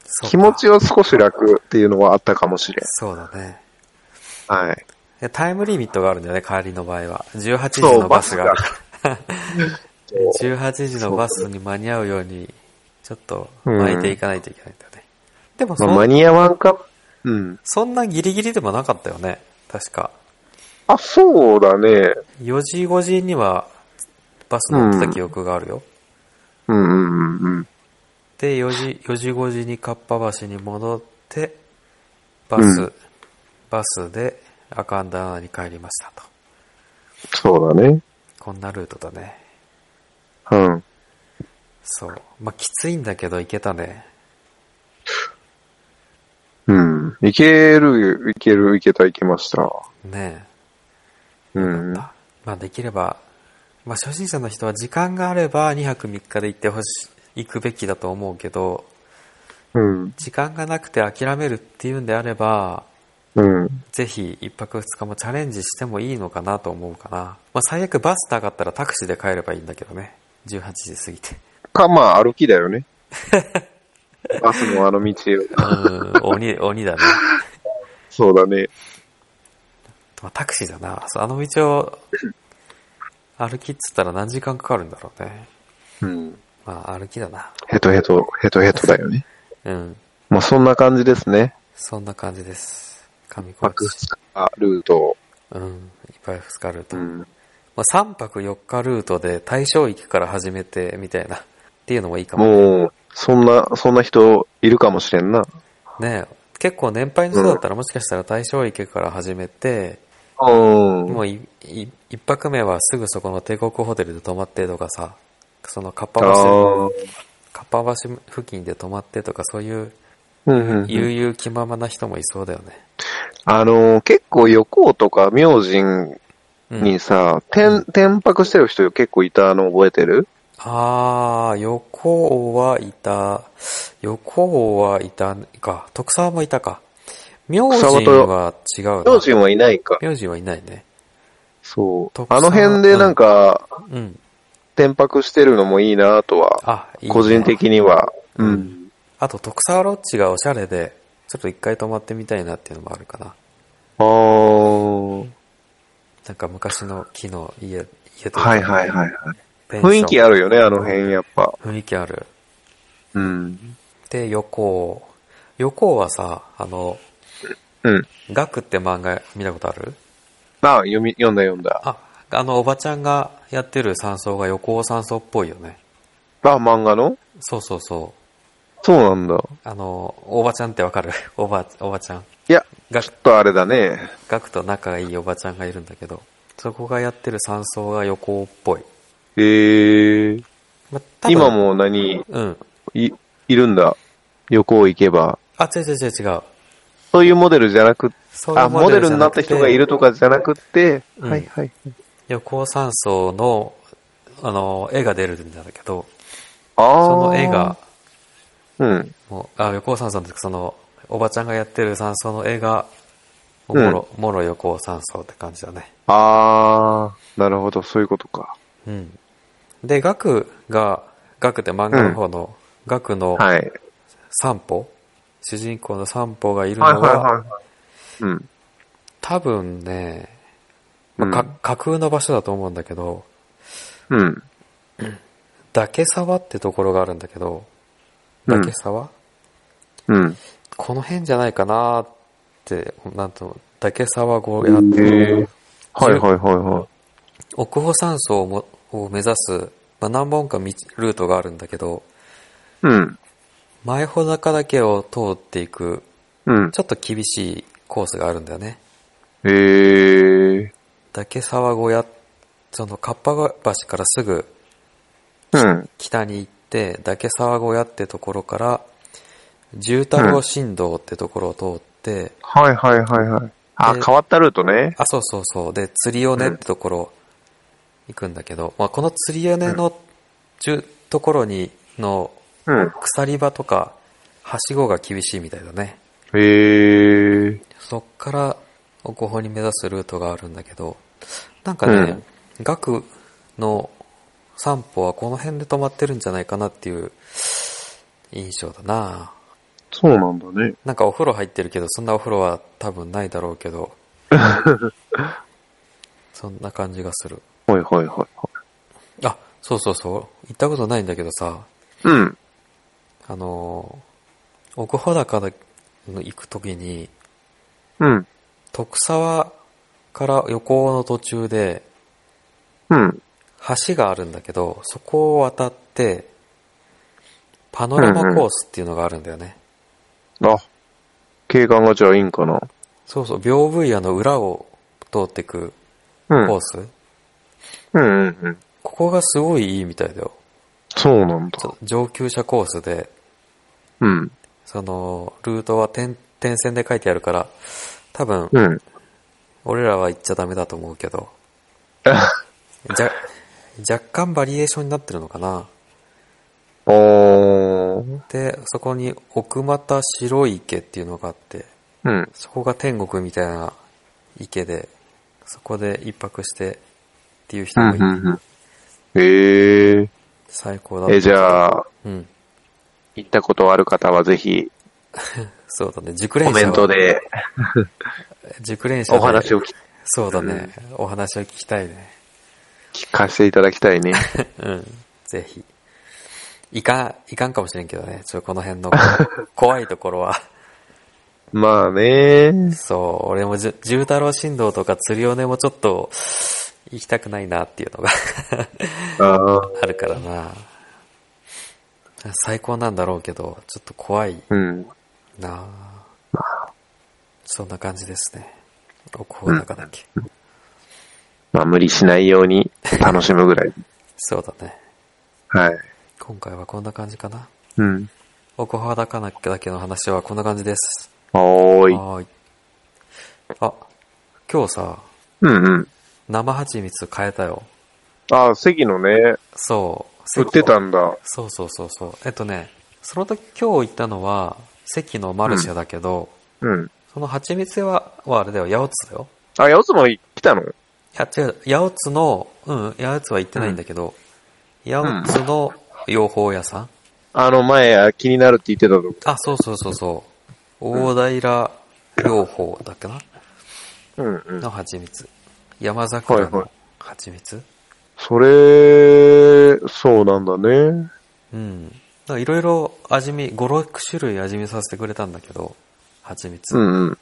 [SPEAKER 1] そうか
[SPEAKER 2] 気持ちは少し楽っていうのはあったかもしれん。
[SPEAKER 1] そうだね。
[SPEAKER 2] はい。
[SPEAKER 1] でタイムリミットがあるんだよね、帰りの場合は。18時
[SPEAKER 2] そう
[SPEAKER 1] のバスがある
[SPEAKER 2] バ
[SPEAKER 1] [LAUGHS]
[SPEAKER 2] そう
[SPEAKER 1] 18時のバスに間に合うように、ちょっと巻いていかないといけないんだよね。でもそ
[SPEAKER 2] まあ、間
[SPEAKER 1] ん、
[SPEAKER 2] に合わんか、うん。
[SPEAKER 1] そんなギリギリでもなかったよね、確か。
[SPEAKER 2] あ、そうだね。
[SPEAKER 1] 4時、5時にはバス乗ってた記憶があるよ。
[SPEAKER 2] うんうんうんうん。
[SPEAKER 1] で、4時、4時、5時にかっぱ橋に戻って、バス、
[SPEAKER 2] うん
[SPEAKER 1] バスで赤んだ穴に帰りましたと。
[SPEAKER 2] そうだね。
[SPEAKER 1] こんなルートだね。
[SPEAKER 2] うん。
[SPEAKER 1] そう。まあ、きついんだけど行けたね。
[SPEAKER 2] うん。いける、いける、いけた、いけました。
[SPEAKER 1] ねえ。
[SPEAKER 2] うん。
[SPEAKER 1] まあできれば、まあ初心者の人は時間があれば2泊3日で行ってほしい、行くべきだと思うけど、
[SPEAKER 2] うん。
[SPEAKER 1] 時間がなくて諦めるっていうんであれば、
[SPEAKER 2] うん。
[SPEAKER 1] ぜひ1泊2日もチャレンジしてもいいのかなと思うかな。まあ最悪バスなかったらタクシーで帰ればいいんだけどね。18時過ぎて。
[SPEAKER 2] か、まあ、歩きだ [LAUGHS] よね。バスのあの道を。
[SPEAKER 1] うん、
[SPEAKER 2] [LAUGHS]
[SPEAKER 1] 鬼、鬼だね。
[SPEAKER 2] そうだね。
[SPEAKER 1] まあタクシーだな。そうあの道を歩きっつったら何時間かかるんだろうね。
[SPEAKER 2] うん。
[SPEAKER 1] まあ歩きだな。
[SPEAKER 2] ヘトヘト、ヘトヘトだよね。
[SPEAKER 1] うん。
[SPEAKER 2] まあ、そんな感じですね。
[SPEAKER 1] そんな感じです。上高
[SPEAKER 2] 泊
[SPEAKER 1] 地。
[SPEAKER 2] 2日ルートを。
[SPEAKER 1] うん。いっぱい2日ルート。
[SPEAKER 2] うん。
[SPEAKER 1] まあ、3泊4日ルートで対象域から始めてみたいな。っていうのもいいかも。
[SPEAKER 2] もう、そんな、そんな人いるかもしれんな。
[SPEAKER 1] ねえ結構年配の人だったらもしかしたら対象域から始めて、
[SPEAKER 2] うん。
[SPEAKER 1] もういい一泊目はすぐそこの帝国ホテルで泊まってとかさ、そのカッパ橋、
[SPEAKER 2] ああ。
[SPEAKER 1] カッパ橋付近で泊まってとかそういう
[SPEAKER 2] うんうんうん。
[SPEAKER 1] 悠々気ままな人もいそうだよね。
[SPEAKER 2] あのー、結構横尾とか明神
[SPEAKER 1] うん
[SPEAKER 2] に。さ、転、転泊してる人結構いたの覚えてる
[SPEAKER 1] あー、横尾はいた、横尾はいたか、徳沢もいたか。明神は違うな。
[SPEAKER 2] 明神はいないか。
[SPEAKER 1] 明神はいないね。
[SPEAKER 2] そう
[SPEAKER 1] 徳。さん
[SPEAKER 2] あの辺でなんか、
[SPEAKER 1] うん。
[SPEAKER 2] 転泊してるのもいいなとは、
[SPEAKER 1] あ、いいね、
[SPEAKER 2] 個人的には。う。
[SPEAKER 1] うんあと、徳沢ロッジがおしゃれで、ちょっと一回泊まってみたいなっていうのもあるかな。
[SPEAKER 2] あー。
[SPEAKER 1] なんか昔の木の家、家とか
[SPEAKER 2] はいはいはいはい。
[SPEAKER 1] ペンション
[SPEAKER 2] 雰囲気あるよね、あの辺やっぱ。
[SPEAKER 1] 雰囲気ある。
[SPEAKER 2] うん。
[SPEAKER 1] で、横尾。横尾はさ、あの、
[SPEAKER 2] うん。
[SPEAKER 1] ガクって漫画見たことある
[SPEAKER 2] あ、読み、読んだ読んだ。
[SPEAKER 1] あ、あの、おばちゃんがやってる山荘が横尾山荘っぽいよね。
[SPEAKER 2] あ、漫画の
[SPEAKER 1] そうそうそう。
[SPEAKER 2] そうなんだ。
[SPEAKER 1] あの、おばちゃんってわかる [LAUGHS] おば、おばちゃん。
[SPEAKER 2] いや、
[SPEAKER 1] ガ
[SPEAKER 2] ちょっとあれだね。
[SPEAKER 1] ガクと仲がいいおばちゃんがいるんだけど、そこがやってる山荘が横尾っぽい。
[SPEAKER 2] ええ
[SPEAKER 1] まあ多分
[SPEAKER 2] 今も何、
[SPEAKER 1] うん。
[SPEAKER 2] い、いるんだ。旅行行けば。
[SPEAKER 1] あ、違う違う違う違う。
[SPEAKER 2] そういうモデルじゃなく、
[SPEAKER 1] そういう
[SPEAKER 2] あ、
[SPEAKER 1] モ
[SPEAKER 2] モ
[SPEAKER 1] デル
[SPEAKER 2] デル
[SPEAKER 1] じゃ
[SPEAKER 2] に
[SPEAKER 1] な
[SPEAKER 2] な
[SPEAKER 1] く
[SPEAKER 2] ってた人がいるとかじゃなくって、
[SPEAKER 1] うん
[SPEAKER 2] はいはい。
[SPEAKER 1] 横尾山荘の、あの、絵が出るんだけど、
[SPEAKER 2] ああ。
[SPEAKER 1] その絵が、
[SPEAKER 2] うん。
[SPEAKER 1] もう、あ、横尾山荘ってその、おばちゃんがやってる山荘の絵が、もろ、もろ横尾山荘って感じだね。
[SPEAKER 2] ああ、なるほど、そういうことか。
[SPEAKER 1] うん。で、ガクが、ガクって漫画の方の、ガクの
[SPEAKER 2] はい。
[SPEAKER 1] 散歩、主人公の散歩がいる
[SPEAKER 2] はい
[SPEAKER 1] の
[SPEAKER 2] はい
[SPEAKER 1] は、
[SPEAKER 2] はい。うん。
[SPEAKER 1] 多分ね、
[SPEAKER 2] う
[SPEAKER 1] ま
[SPEAKER 2] ん
[SPEAKER 1] あか架空の場所だと思うんだけど、
[SPEAKER 2] うん。
[SPEAKER 1] 竹沢ってところがあるんだけど、
[SPEAKER 2] うん
[SPEAKER 1] 竹沢、
[SPEAKER 2] うん。
[SPEAKER 1] この辺じゃないかなーって、なんと、竹沢号やって
[SPEAKER 2] へー
[SPEAKER 1] る、
[SPEAKER 2] はいはいはいはい。
[SPEAKER 1] 奥穂山荘をもを目指す、まあ、何本か道ルートがあるんだけど、
[SPEAKER 2] うん。
[SPEAKER 1] 前穂坂だけを通っていく、
[SPEAKER 2] うん。
[SPEAKER 1] ちょっと厳しいコースがあるんだよね。
[SPEAKER 2] へえ。
[SPEAKER 1] 竹沢小屋、その、かっぱ橋からすぐ
[SPEAKER 2] うん。
[SPEAKER 1] 北に行って、竹沢小屋ってところから、住宅を新道ってところを通って、
[SPEAKER 2] はいはいはいはい。あ、
[SPEAKER 1] で
[SPEAKER 2] 変わったルートね。
[SPEAKER 1] あ、そうそうそう。で、釣り尾根ってところ行くんだけど、まあ、この釣り尾根のちゅ、ところに、の
[SPEAKER 2] うん。
[SPEAKER 1] 鎖場とか、はしごが厳しいみたいだね。
[SPEAKER 2] へえ。そ
[SPEAKER 1] そっから、奥穂に目指すルートがあるんだけど、なんかね、ガクの散歩はこの辺で止まってるんじゃないかなっていう印象だな
[SPEAKER 2] そうなんだね。
[SPEAKER 1] なんかお風呂入ってるけど、そんなお風呂は多分ないだろうけど、そんな感じがする。
[SPEAKER 2] はいはいはいはい。
[SPEAKER 1] あ、そうそうそう。行ったことないんだけどさ、
[SPEAKER 2] うん。
[SPEAKER 1] あのー、奥穂高の行くときに、
[SPEAKER 2] うん。
[SPEAKER 1] 徳沢から横尾の途中で、
[SPEAKER 2] うん。
[SPEAKER 1] 橋があるんだけど、そこを渡って、パノラマコースっていうのがあるんだよね。
[SPEAKER 2] あ、景観がじゃあいいんかな。
[SPEAKER 1] そうそう、屏風屋の裏を通ってく
[SPEAKER 2] う
[SPEAKER 1] コー
[SPEAKER 2] ん。
[SPEAKER 1] ス。
[SPEAKER 2] うんうんうん。
[SPEAKER 1] ここがすごいいいみたいだよ。
[SPEAKER 2] そうなんだ
[SPEAKER 1] ちょ。っと上級者コースで、
[SPEAKER 2] うん。
[SPEAKER 1] その、ルートは点、点線で書いてあるから、多分、
[SPEAKER 2] うん。
[SPEAKER 1] 俺らは行っちゃダメだと思うけ
[SPEAKER 2] [LAUGHS]
[SPEAKER 1] ど、じゃ、若干バリエーションになってるのかな。
[SPEAKER 2] おー。
[SPEAKER 1] で、そこに奥股白池っていうのがあって、
[SPEAKER 2] うん。
[SPEAKER 1] そこが天国みたいな池で、そこで一泊してっていう人もいて、
[SPEAKER 2] ん。へえ。
[SPEAKER 1] 最高だ
[SPEAKER 2] え、じ
[SPEAKER 1] あ。
[SPEAKER 2] ゃあ、
[SPEAKER 1] うん。
[SPEAKER 2] 行ったことある方はぜひ、
[SPEAKER 1] そうだね。熟練
[SPEAKER 2] コ
[SPEAKER 1] 者は
[SPEAKER 2] メント。で
[SPEAKER 1] 熟練者
[SPEAKER 2] お話を
[SPEAKER 1] 聞そうだね、お話を聞きたいね。 [LAUGHS]
[SPEAKER 2] 聞かせていただきたいね。
[SPEAKER 1] うん。ぜひ。いかん、いかんかもしれんけどね。ちょ、この
[SPEAKER 2] [LAUGHS]
[SPEAKER 1] 辺の怖いところは。
[SPEAKER 2] [LAUGHS] まあね。
[SPEAKER 1] そう、俺もじゅ、十太郎振動とか釣り尾根もちょっと、行きたくないなっていうのが [LAUGHS]
[SPEAKER 2] ああ。
[SPEAKER 1] あるからな。最高なんだろうけど、ちょっと怖い
[SPEAKER 2] うん。
[SPEAKER 1] なそんな感じですね。おこうだかだっけ。
[SPEAKER 2] まあ無理しないように楽しむぐらい。
[SPEAKER 1] そうだね。
[SPEAKER 2] [LAUGHS] はい。
[SPEAKER 1] 今回はこんな感じかな。
[SPEAKER 2] うん。
[SPEAKER 1] おこはだかなきだけの話はこんな感じです。
[SPEAKER 2] おーい。
[SPEAKER 1] はーい。あ、今日さ、
[SPEAKER 2] うんうん。
[SPEAKER 1] 生蜂蜜変えたよ。
[SPEAKER 2] ああ、席のね、
[SPEAKER 1] そう。
[SPEAKER 2] 売ってたんだ。
[SPEAKER 1] そうそうそうそう。えっとね、その時今日行ったのは、関のマルシェだけど、
[SPEAKER 2] うん。
[SPEAKER 1] その蜂蜜は、はあれだよ、八百津だよ。
[SPEAKER 2] あ、八つも来たの
[SPEAKER 1] いや、違う、八百津の、うん、八百津は行ってないんだけど、八百津の養蜂屋さん、
[SPEAKER 2] あの前、気になるって言ってたとこ。
[SPEAKER 1] あ、そうそうそうそう。大平養蜂だっけな、
[SPEAKER 2] うんうん。
[SPEAKER 1] の蜂蜜。山桜
[SPEAKER 2] はいは
[SPEAKER 1] の
[SPEAKER 2] い
[SPEAKER 1] 蜂蜜、
[SPEAKER 2] それえ、そうなんだね。
[SPEAKER 1] うん。いろいろ味見、5、6種類味見させてくれたんだけど、蜂蜜。
[SPEAKER 2] うんうん。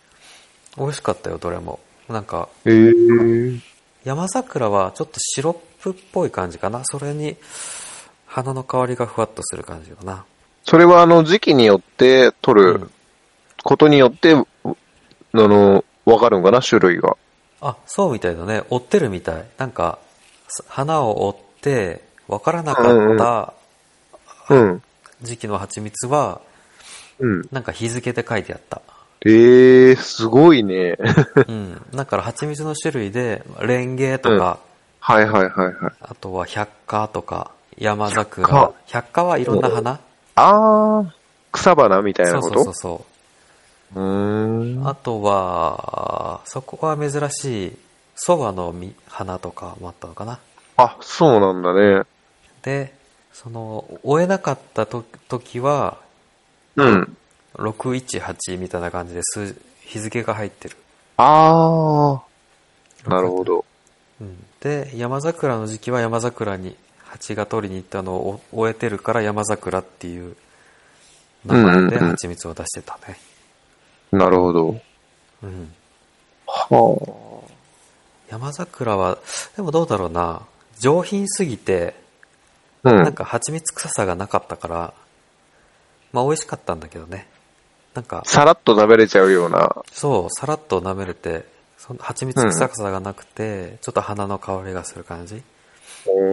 [SPEAKER 1] 美味しかったよ、どれも。なんか、
[SPEAKER 2] えー、
[SPEAKER 1] 山桜はちょっとシロップっぽい感じかな。それに、花の香りがふわっとする感じかな。
[SPEAKER 2] それはあの時期によって取
[SPEAKER 1] う
[SPEAKER 2] る
[SPEAKER 1] ん
[SPEAKER 2] ことによって、あの、わかるんかな、種類が。
[SPEAKER 1] あ、そうみたいだね。追ってるみたい。なんか、す花を追って、わからなかった
[SPEAKER 2] うん。
[SPEAKER 1] 時期の蜂蜜は、
[SPEAKER 2] うん。
[SPEAKER 1] なんか日付で書いてあった。
[SPEAKER 2] えー、すごい
[SPEAKER 1] [LAUGHS]
[SPEAKER 2] ね。
[SPEAKER 1] うん。だから蜂蜜の種類で、レンゲとか、
[SPEAKER 2] はいはいはいはい。
[SPEAKER 1] あとは百花とか、山桜。
[SPEAKER 2] 百花
[SPEAKER 1] 百花はいろんな花
[SPEAKER 2] あー、草花みたい
[SPEAKER 1] そ
[SPEAKER 2] な
[SPEAKER 1] う
[SPEAKER 2] こ
[SPEAKER 1] そ
[SPEAKER 2] と
[SPEAKER 1] うそうそう。
[SPEAKER 2] うーん。
[SPEAKER 1] あとは、そこは珍しい、蕎麦の実花とかもあったのかな。
[SPEAKER 2] あ、そうなんだね。
[SPEAKER 1] で、その、追えなかったと時は、
[SPEAKER 2] うん。
[SPEAKER 1] 618みたいな感じで数日付が入ってる。
[SPEAKER 2] あー、なるほど。
[SPEAKER 1] うん。で、山桜の時期は山桜に蜂が取りに行ったのを終えてるから山桜っていう名前で
[SPEAKER 2] うんうんうん
[SPEAKER 1] 蜂蜜を出してたね。
[SPEAKER 2] なるほど。
[SPEAKER 1] うん。
[SPEAKER 2] は
[SPEAKER 1] 山桜は、でもどうだろうな。上品すぎて、
[SPEAKER 2] あ。う
[SPEAKER 1] なん
[SPEAKER 2] ん。
[SPEAKER 1] か蜂蜜臭さがなかったから、まあ美味しかったんだけどね。なんか、
[SPEAKER 2] さらっと食べれちゃうような。
[SPEAKER 1] そう、さらっと舐めれて、その蜂蜜臭さがなくて、ちょっと花の香りがする感じ。
[SPEAKER 2] う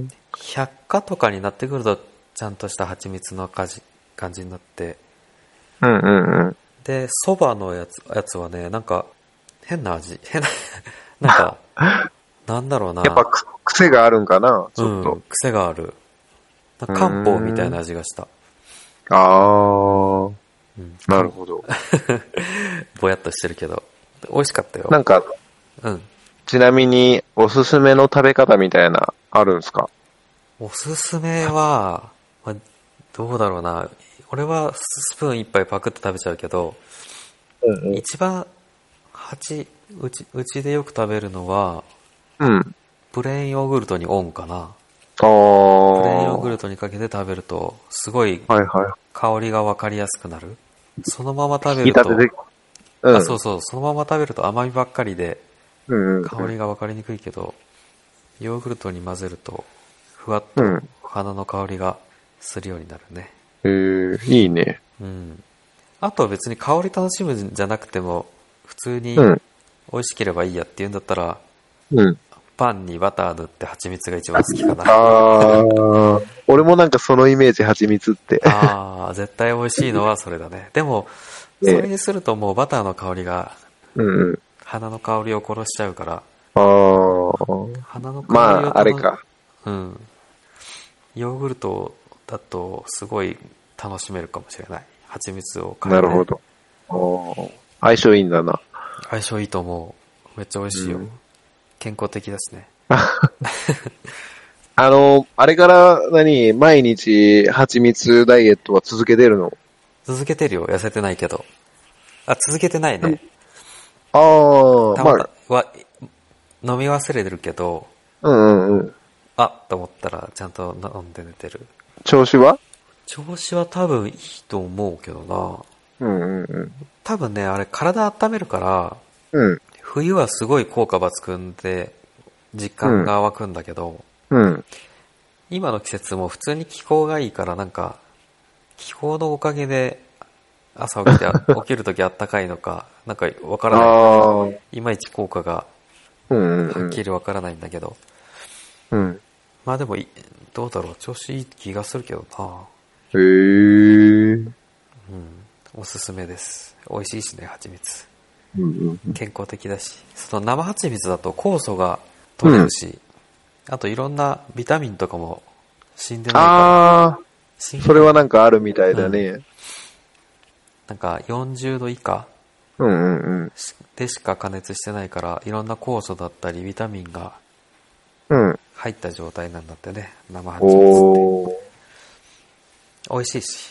[SPEAKER 2] ん。
[SPEAKER 1] 百花とかになってくると、ちゃんとした蜂蜜の感じ感じになって、
[SPEAKER 2] うんうんうん。
[SPEAKER 1] で、蕎麦のやつやつはね、なんか、変な味。変な、 [LAUGHS] なんか、なんだろうな。
[SPEAKER 2] やっぱく癖があるんかなちょっと。
[SPEAKER 1] うん、癖がある。なんか漢方みたいな味がした。う
[SPEAKER 2] あ
[SPEAKER 1] ん
[SPEAKER 2] あ、なるほど。
[SPEAKER 1] ぼやっとしてるけど。美味しかったよ。
[SPEAKER 2] なんか、
[SPEAKER 1] うん。
[SPEAKER 2] ちなみに、おすすめの食べ方みたいな、あるんすか
[SPEAKER 1] おすすめは、まあどうだろうな。俺はスプーン一杯パクって食べちゃうけど、
[SPEAKER 2] うんうん。
[SPEAKER 1] 一番、蜂、うち、うちでよく食べるのは、
[SPEAKER 2] うん。
[SPEAKER 1] プレーンヨーグルトにオンかな。
[SPEAKER 2] あ
[SPEAKER 1] プレーンヨー
[SPEAKER 2] あ。
[SPEAKER 1] グルトにかけて食べると、すごい
[SPEAKER 2] はいはい。
[SPEAKER 1] 香りがわかりやすくなる。そのまま食べ
[SPEAKER 2] 引き
[SPEAKER 1] ると
[SPEAKER 2] 立、てて。うん。
[SPEAKER 1] あそうそう、そのまま食べると甘みばっかりで、
[SPEAKER 2] うんうん。
[SPEAKER 1] 香りが分かりにくいけど、ヨーグルトに混ぜると、ふわっ
[SPEAKER 2] う
[SPEAKER 1] と
[SPEAKER 2] ん。
[SPEAKER 1] 花の香りがするようになるね。
[SPEAKER 2] えー、いいね。
[SPEAKER 1] うん。あとは別に香り楽しむんじゃなくても、普通に
[SPEAKER 2] うん。
[SPEAKER 1] 美味しければいいやっていうんだったら、
[SPEAKER 2] うん。
[SPEAKER 1] パンにバター塗って蜂蜜が一番好きかな。
[SPEAKER 2] [LAUGHS]
[SPEAKER 1] あ
[SPEAKER 2] ああ。俺もなんかそのイメージ、蜂蜜って。
[SPEAKER 1] あー、絶対美味しいのはそれだね。でも、そ
[SPEAKER 2] ええ
[SPEAKER 1] れにするともうバターの香りが、
[SPEAKER 2] うんうん。
[SPEAKER 1] 花の香りを殺しちゃうから、
[SPEAKER 2] ああ。
[SPEAKER 1] 花の香り
[SPEAKER 2] ま
[SPEAKER 1] を
[SPEAKER 2] あ、あれか。
[SPEAKER 1] うん。ヨーグルトだとすごい楽しめるかもしれない。蜂蜜をかけ
[SPEAKER 2] な
[SPEAKER 1] て
[SPEAKER 2] るほ。ど。あー相性いいんだな。
[SPEAKER 1] 相性いいと思う。めっちゃ美味しいよ。
[SPEAKER 2] うん
[SPEAKER 1] 健康的だしね。
[SPEAKER 2] あの、あれから何、毎日蜂蜜ダイエットは続けてるの
[SPEAKER 1] 続けてるよ。痩せてないけど。あ、続けてないね。
[SPEAKER 2] ああ、
[SPEAKER 1] た
[SPEAKER 2] ま
[SPEAKER 1] ま
[SPEAKER 2] あ
[SPEAKER 1] た、は、飲み忘れてるけど、
[SPEAKER 2] うんうんうん。
[SPEAKER 1] あっと思ったらちゃんと飲んで寝てる。
[SPEAKER 2] 調子は
[SPEAKER 1] 調子は多分いいと思うけどな。
[SPEAKER 2] うんうんうん。
[SPEAKER 1] 多分ね、あれ体温めるから、
[SPEAKER 2] うん。
[SPEAKER 1] 冬はすごい効果抜群で、実感が湧くんだけど、
[SPEAKER 2] うん。
[SPEAKER 1] 今の季節も普通に気候がいいからなんか、気候のおかげで朝起きて、 [LAUGHS] 起きるときあったかいのか、なんかわからない。
[SPEAKER 2] ああ。
[SPEAKER 1] いまいち効果が
[SPEAKER 2] うんうん
[SPEAKER 1] は
[SPEAKER 2] う
[SPEAKER 1] っ
[SPEAKER 2] ん。
[SPEAKER 1] きりわからないんだけど。
[SPEAKER 2] うん。
[SPEAKER 1] まあでもい、どうだろう、調子いい気がするけどな。
[SPEAKER 2] へえ。
[SPEAKER 1] うん。おすすめです。美味しいしね、蜂蜜。
[SPEAKER 2] うんうんうん。
[SPEAKER 1] 健康的だし。その生蜂蜜だと酵素が取れるし、あといろんなビタミンとかも死んでないから。
[SPEAKER 2] あ
[SPEAKER 1] 死
[SPEAKER 2] あ、
[SPEAKER 1] ん
[SPEAKER 2] それはなんかあるみたいだね。
[SPEAKER 1] なんか40度以下
[SPEAKER 2] うんうんうん。
[SPEAKER 1] でしか加熱してないから、いろんな酵素だったりビタミンが
[SPEAKER 2] うん。
[SPEAKER 1] 入った状態なんだってね、生蜂蜜って。
[SPEAKER 2] おー。
[SPEAKER 1] 美味しいし、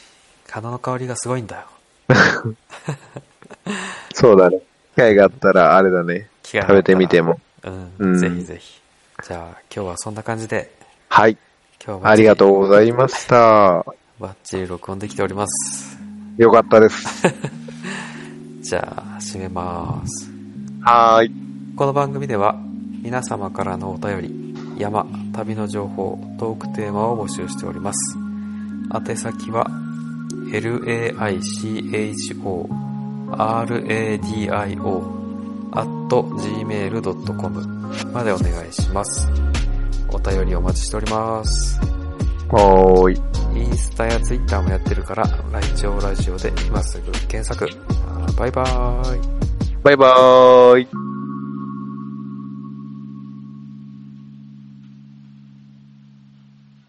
[SPEAKER 1] 花の香りがすごいんだよ。
[SPEAKER 2] そうだね。機会があったらあれだね。
[SPEAKER 1] 気が
[SPEAKER 2] 食べてみても。
[SPEAKER 1] うん、
[SPEAKER 2] うん
[SPEAKER 1] ぜひぜひ。じゃあ今日はそんな感じで、
[SPEAKER 2] はい。
[SPEAKER 1] 今日は
[SPEAKER 2] ありがとうございまし
[SPEAKER 1] バ
[SPEAKER 2] た。
[SPEAKER 1] ッチリ録音できております。
[SPEAKER 2] よかったです。
[SPEAKER 1] じゃあ、締めます。
[SPEAKER 2] はーい。
[SPEAKER 1] この番組では皆様からのお便り、山、旅の情報、トークテーマを募集しております。宛先は、laicho, radio, gmail.com までお願いします。お便りお待ちしております。
[SPEAKER 2] おーい。
[SPEAKER 1] インスタやツイッターもやってるから、ライチョウラジオで今すぐ検索。バイバーイ。
[SPEAKER 2] バイバーイ。